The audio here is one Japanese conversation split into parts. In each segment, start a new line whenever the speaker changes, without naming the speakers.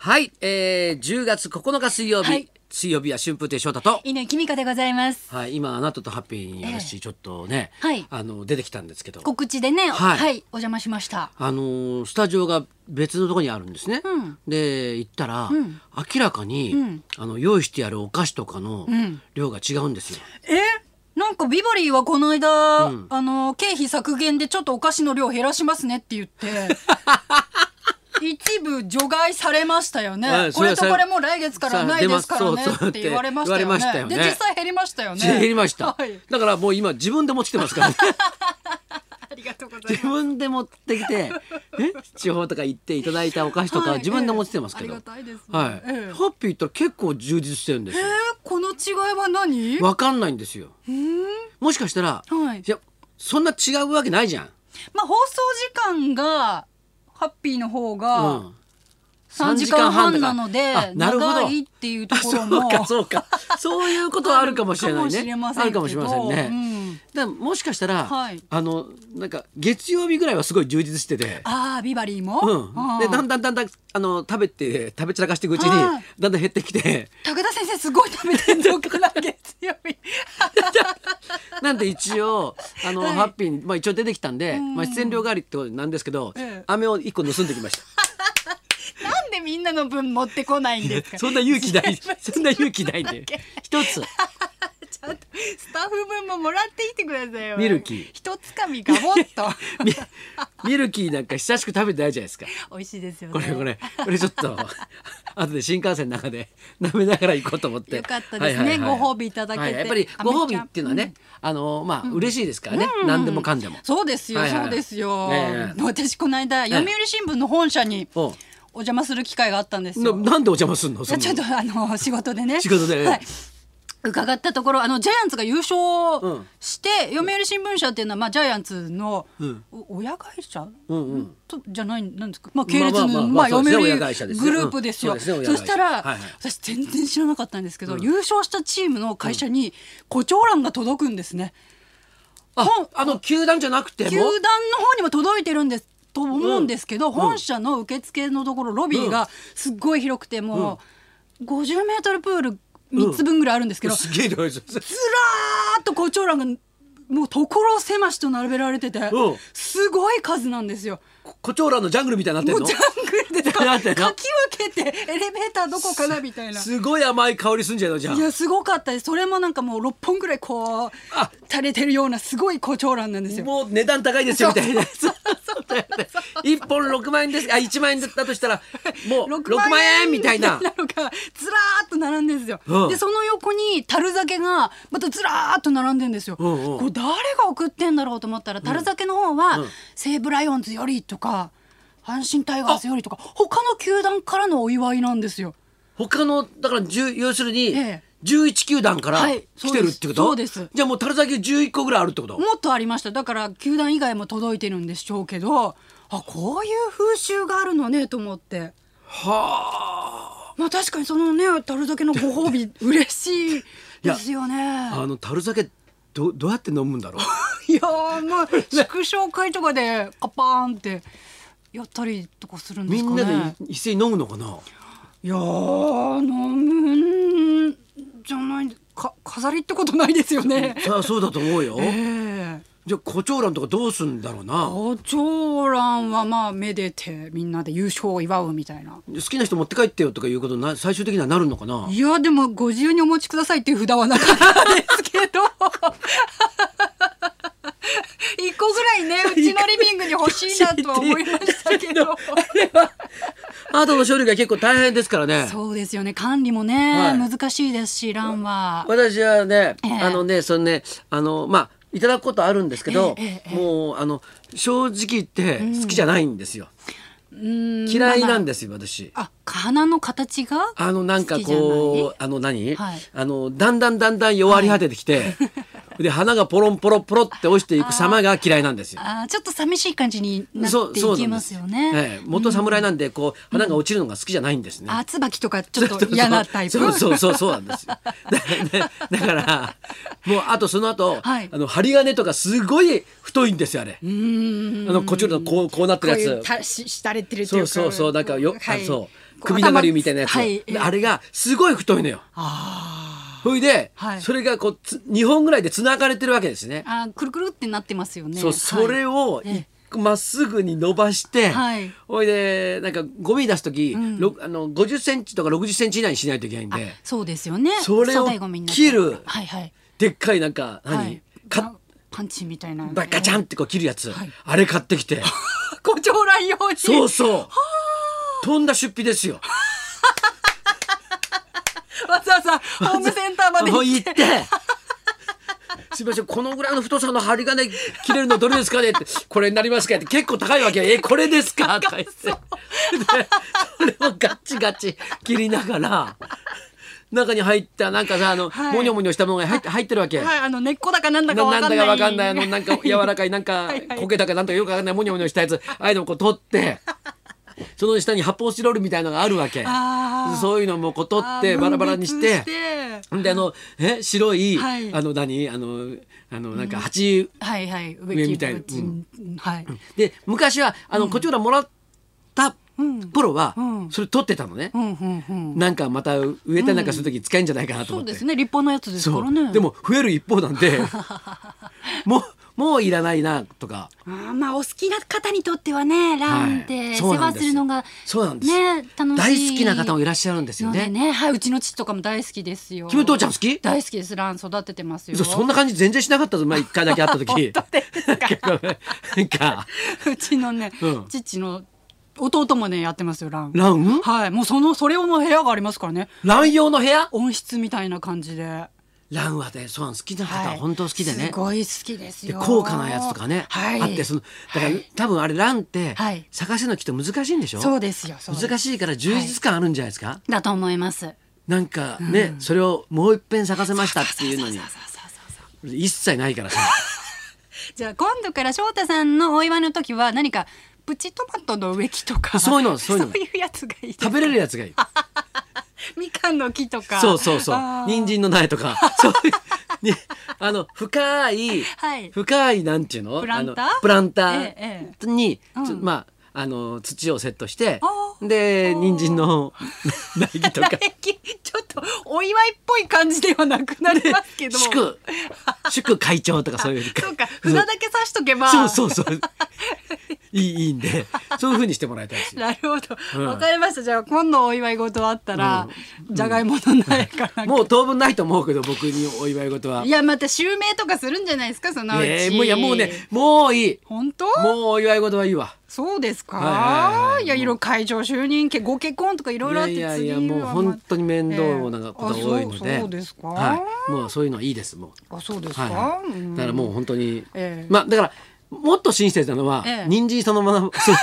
はい、えー、10月9日水曜日、
はい
水曜日は春風亭昇太と、
犬きみかでございます。
はい、今あなたとハッピーに私、ちょっとね、
はい
あの出てきたんですけど、
告知でね、
は
はいい、お邪魔しました。
あのースタジオが別のところにあるんですね。
うん
で行ったら、
ん
明らかに、
ん
あの用意してあるお菓子とかの
ん
量が違うんですよ。
え、なんかビバリーはこの間、
うん
あの経費削減でちょっとお菓子の量減らしますねって言 って。一部除外されましたよ
は
ね
い。
これと
それは
これもう来月からはないですからね
そうそう
って言われまし
言われましたた
よ
よ
ね。
ね
で実際減りましたよね。
減りました、
はい。
だからもう今自分で持ってきてます からね。
ありがとうござい
自
ます。
分で持ってきて、ね、地方とか行っていただいたお菓子とか
はい
自分で持ってきてますけど。
ええありがたいですね
はい。
ええ
ハッピー行ったら結構充実してるんですよ
えー。、この違いは何？
わかんないんですよ。もしかしたら、
はい
やそんな違うわけないじゃん。
まあ放送時間がハッピーの方が、
うん。
3時間半
だから
なので
あなるほど
長いっていうと
あ
こ
そ
ろ
う
も
かそう かそういうことはあるかもしれないねあ
あ
るかも
るかも
し
し
れ
れ
ま
ま
せんね、
せんけどうん
だからもしかしたら、
はい
あのなんか月曜日ぐらいはすごい充実してて
ああビバリーも、
うん、でだん
だ
だんだんだんあの食べて食べ散らかしていくうちに
はい
だんだん減ってきて
武田先生すごい食べてんのかな月曜日
なんで一応あの、
はい
ハッピーに、まあ、一応出てきたんで、
うん
まあ、出演料代わりってことなんですけど、
ええ
飴を一個盗んできまし
なんでみんなの分持ってこないんです
た
か
そんな勇気ないそんな勇気ないんで一つ
ちょっと スタッフ分ももらっていってくださいよ
ミルキー
一つかみがもっ と
ミミルキーなんか久しく食べてないじゃないですか
美味しいですよね
これこれこれちょっと後で新幹線の中で舐めながら行こうと思って
よかったですねご褒美いただけて
やっぱりご褒美っていうのはね、あのまあ嬉しいですからね、何でもかんでも、
そうですよ、
はいはい
そうですよ、
ねえ
私この間読売新聞の本社に
おう
お邪魔する機会があったんです
な
よ
なんでお邪魔すんの
いやちょっとあの仕事でね
仕事で
はい、伺ったところあのジャイアンツが優
うん
勝して、読売新聞社っていうのは、まあ、ジャイアンツの、
うん
お親会社
うんうん
とじゃないなんですか、ま
ま
あ、
あ
系列の、
ま
ま
あ
あ
まあそうですね
読
親会社
売
ですね
グループですよ、
うんそ
そう
ですね親会社
したら、
はいはい
私全然知らなかったんですけど、優勝したチームの会社に誇張欄が届くんですね。
あ
本
あの球団じゃなくても
球団の方にも届いてるんですと思うんですけど、本社の受付のところロビーがすっごい広くてもう50メートルプール3つ分ぐらいあるんですけど、ず
すげえ量です
らーっと誇張欄がもう所狭しと並べられてて、
うん
すごい数なんですよ。
コチョウランのジャングルみたいになってん
もう
の
ジャングルで
だ
か
って
き
な
分けてエレベーターどこかなみたいな。
すごい甘い香りすんじゃないのじゃ
い
ん
やすごかったですそれもなんかもう6本ぐらいこう
あ
垂れてるようなすごい誇張欄なんですよ。
もう値段高いですよみたいなそうそうだよね一本6万円ですあ1万円だったとしたらもう6万円みたいな
なのがずらーっと並んでるんですよ、
うん
でその横に樽酒がまたずらーっと並んでるんですよ、
うんうん
これ誰が送ってんだろうと思ったら樽酒の方は、西武ライオンズよりとか阪神タイガースよりとか他の球団からのお祝いなんですよ
他のだから10要するに
ええ
11球団から
はい
来てるってこと、
そうですそうです
じゃあもう樽崎11個ぐらいあるってこと、
もっとありましただから球団以外も届いてるんでしょうけどあこういう風習があるのねと思って
は
まあ確かにそのね樽酒のご褒美嬉しいですよね
ああの樽酒どどうやって飲むんだろう
いやーまあ祝勝会とかでカパーンってやったりとかするんで
み
すか
ん
ね。
なでい一斉に飲むのかない
やー飲むんじゃないか飾りってことないですよね。
さあそうだと思うよ、
ええ
じゃあ胡蝶蘭とかどうすんだろうな
胡蝶蘭はまあめでてみんなで優勝を祝うみたいな。
好きな人持って帰ってよとかいうことにな最終的にはなるのかない
やでもご自由にお持ちくださいっていう札はなかったですけど。 一個ぐらいねうちのリビングに欲しいなとは思いましたけど。
あなたの処理が結構大変ですからね
そうですよね管理もね、
はい
難しいですしランは。
私はね、
ええ
あのねそのねあのまあいただくことあるんですけど、
ええええええ
もうあの正直言って好きじゃないんですよ、
嫌
嫌いなんですよ私。
あ花の形が
あのなんか
好きじゃな
こうあの何、
はい
あのだんだんだんだん弱り果ててきて、 で花がポロンポロポロって落ちていく様が嫌いなんですよ。
あーちょっと寂しい感じになっ
そう
て
そ
いう
な
き
んで
ますすよね。
ええ、元侍なんでこう花が落ちるのが好きじゃないんですね。
あ椿とかちょっと嫌なタイプ。
そうそうそうそうなんですよ。だ,、だからもうあとその後、
はい
あの針金とかすごい太いんですよあれ。あのこっちのこうこうなって
こう
る
い
や
う
つ。
たし、したれてるってい
そうう
か。
そうそうなんかよ、あのそう首長流みたいなやつ、
はい
であれがすごい太いのよ
あ
ほいで、
はい
それがこうつ2本ぐらいで繋がれてるわけですね
ーあーくるくるってなってますよね
そうそれ
を
を
え
まっすぐに伸ばして、
はい
ほいでなんかゴミ出す時、
うん
ろあの50センチとか60センチ以内にしないといけないんで
そうですよね
それを
粗大ゴミになって
切る
はいはい
でっかいなんか何、
はい
か
パンチみたいな
バガチャンってこう切るやつ、
はい
あれ買ってき て
ご長来用に
そうそう飛んだ出費ですよ。
わざわざホームセンターまで行って
行 ってすみませんこのぐらいの太さの針金切れるのどれですかねってこれになりますかって結構高いわけよえこれですかとか言ってでそれをガッチガチ切りながら中に入ったなんかさあの、
はい
モニョモニョしたものが入って入ってるわけ。
はいあの根っこだかなんだ
な
かわ
な
か
ん
んな
だ
い
かわかんないあのなん か柔らかいなんか
はいはい
焦げたかなんとかよくわかんないモニョモニョしたやつああいうのをこう取 ってその下に発泡スチロールみたいのがあるわけ
あー
そういうのもこう取っ
あ
て
ー
バラバラにし
分
て
別して
であのえ白い、
はい
あの何あのあのなんか鉢、
はいはい
上みたいな
木のうんはい
で昔はあの、こちらもらった
うん
頃は、
うん
それ取ってたのね
う、んうんうん
なんかまた植えたりなんかする時使えんじゃないかなと
そ
思っ
う
て、
ですね立派なやつです
そ
か
う
らね
でも増える一方なん でもうもういらないなとか
あーまあお好きな方にとってはねランって世
そうなん
話
です
するのが
そうなんです
ね楽
大
しい
好きな方もいらっしゃるんですよ
ので
ね
ねはいうちの父とかも大好きですよ
君父ちゃん好き
大好きですラン育ててますよ
嘘そんな感じ全然しなかったぞ前一回だけ会った 時
本当ですか
なんか
うちのね、
うん
父の弟もねやってますよラン
ラン
はいもうそのそれ用の部屋がありますからね
ラン用の部屋
温室みたいな感じで、は
ランはねそうなの好きない方は本当好きでね、
すごい好きです
で
よ
高価なやつとかね、
はい、
あってそのだから、
はい
多分あれランって
はい
探すのきっと難しいんでしょ、
そうですよそうです
難しいから充実感あるんじゃないですか、
だと思います
なんかね、それをもう一遍探せましたっていうのに
そうそうそうそうそう
一切ないからさ
じゃあ今度から翔太さんのお祝いの時は何かプチトマトの植木とか
そういうのそういうの
いうやつがいいです
食べれるやつがいい
みかんの木とか
そうそうそう
あー
人参の苗と かそういうねあの深い、
はい
深いなんていうの
プランター
あのプランタ
えええ
ーに、
うん
つまああの土をセットして
あ
で
あー
人参の 苗木と
唾
か
液ちょっとお祝いっぽい感じではなくなりますけ ど
祝祝会長とか そういう
そうか札だけ刺しとけば
そうそうそういいいいんでそういう風にしてもらいたいですよ
なるほど
うん
わ、かりましたじゃあ今度お祝い事あったら、じゃがいもの苗から、
もう当分ないと思うけど僕にお祝い事はい
やまた襲名とかするんじゃないですかそのうち、
ええもういやもうねもういい
本当
もうお祝い事はいいわ
そうですか、
はいはい
い
はいはい
やいろいろ会場就任けご結婚とかいろいろあって
いやい
次
や
はい
やもう本当に面倒な
ええ
ことが多いので、
あそうそうですか、
はい、もうそういうのはいいですもう
あそうですか、
はいは
う
い、
ん
だからもう本当に、
ええ
まあだからもっと親切なのは、
ええ
人参その ままそう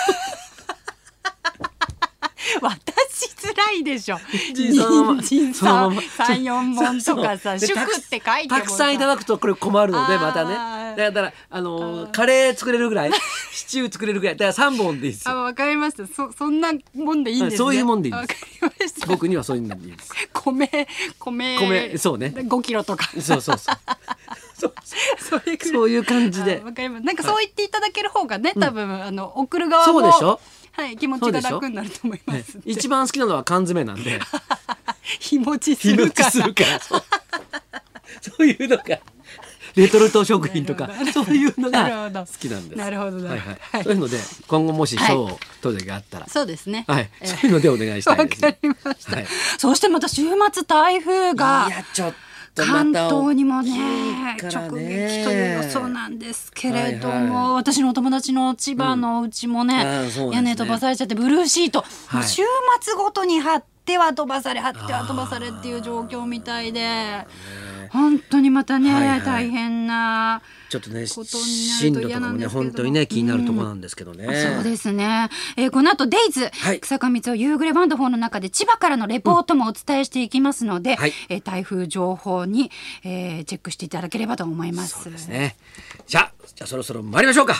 渡しづらいで しょ。
人参そのまま
人参
そのま
さ
ま
三四本とかさ、
そう
祝
そうで
って書いても
たくさんいただくとこれ困るので
あー
またねだからあのーカレー作れるぐらい シチュー作れるぐらいだから3本でいいです
あ、
よ
わかりました。そそんなもんでいいんですね。
そういうもんでいいです
わかりました。
僕にはそういうのでいいです
米米
米そうね
五キロとか。
そう そうそうそう
それくらい
そういう感じで
あわかります。なんかそう言っていただける方がね、多分あの送る側
そ
も
うでしょ
はい気持
そう
ち
で
が
しょ
楽になると思いま
ね
す。
一番好きなのは缶詰なんで
日持ちす
日
る
持ち
から。
するからそう そういうのがレトルト食品とか
なるほ
そ
ど
ういうの
なるほ
が
ど
好きなんです
なるほどな
はい
るほど
はい
はい
そういうので今後もし
はい
そう当時があったら
そうですね。
はい、
えー
そういうのでお願いした
わ
いです
かりました。
はい
そしてまた週末台風が
いやちょっとま
関
た
東にも
大
ね
きいから
直
ね
撃という予想なんですけれども、
はいはい
私のお友達の千葉のうちもね,、
うんああそうですね
屋根飛ばされちゃってブルーシート、
い
もう週末ごとに貼っては飛ばされ貼っては飛ばされっていう状況みたいで本当にまたね、
はいはい
大変な。
ちょっとね
ことに
進
なる
路とか
と嫌な
も
ん
ね
ですけれども
本当にね気になるところなんですけどね、
そうですね、えー、この後デイズ、
はい
草上光夕暮れバンド4の中で千葉からのレポートもお伝えしていきますので、
はい
えー台風情報に、えーチェックしていただければと思います
そうですねじゃあじゃあそろそろ参りましょうか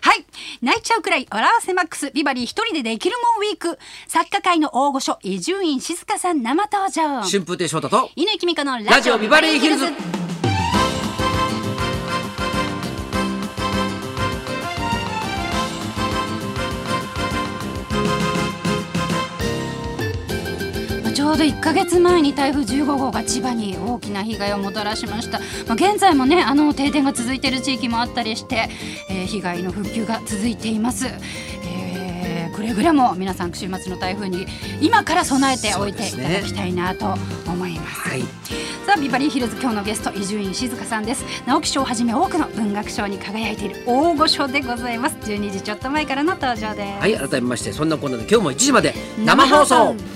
はい泣いちゃうくらい笑わせマックスビバリー一人でできるもんウィーク作家界の大御所伊集院静香さん生登場
春風亭昇太と
犬木美香の
ラジオビバリーヒルズ
ちょうど1ヶ月前に台風15号が千葉に大きな被害をもたらしました、まあ、現在もねあの停電が続いている地域もあったりして、えー被害の復旧が続いています、えーくれぐれも皆さん週末の台風に今から備えておいていただきたいなと思います
はい
さあビバリーヒルズ今日のゲスト伊集院静香さんです直木賞をはじめ多くの文学賞に輝いている大御所でございます12時ちょっと前からの登場です、
はい改めましてそんなこんなで今日も1時まで生放送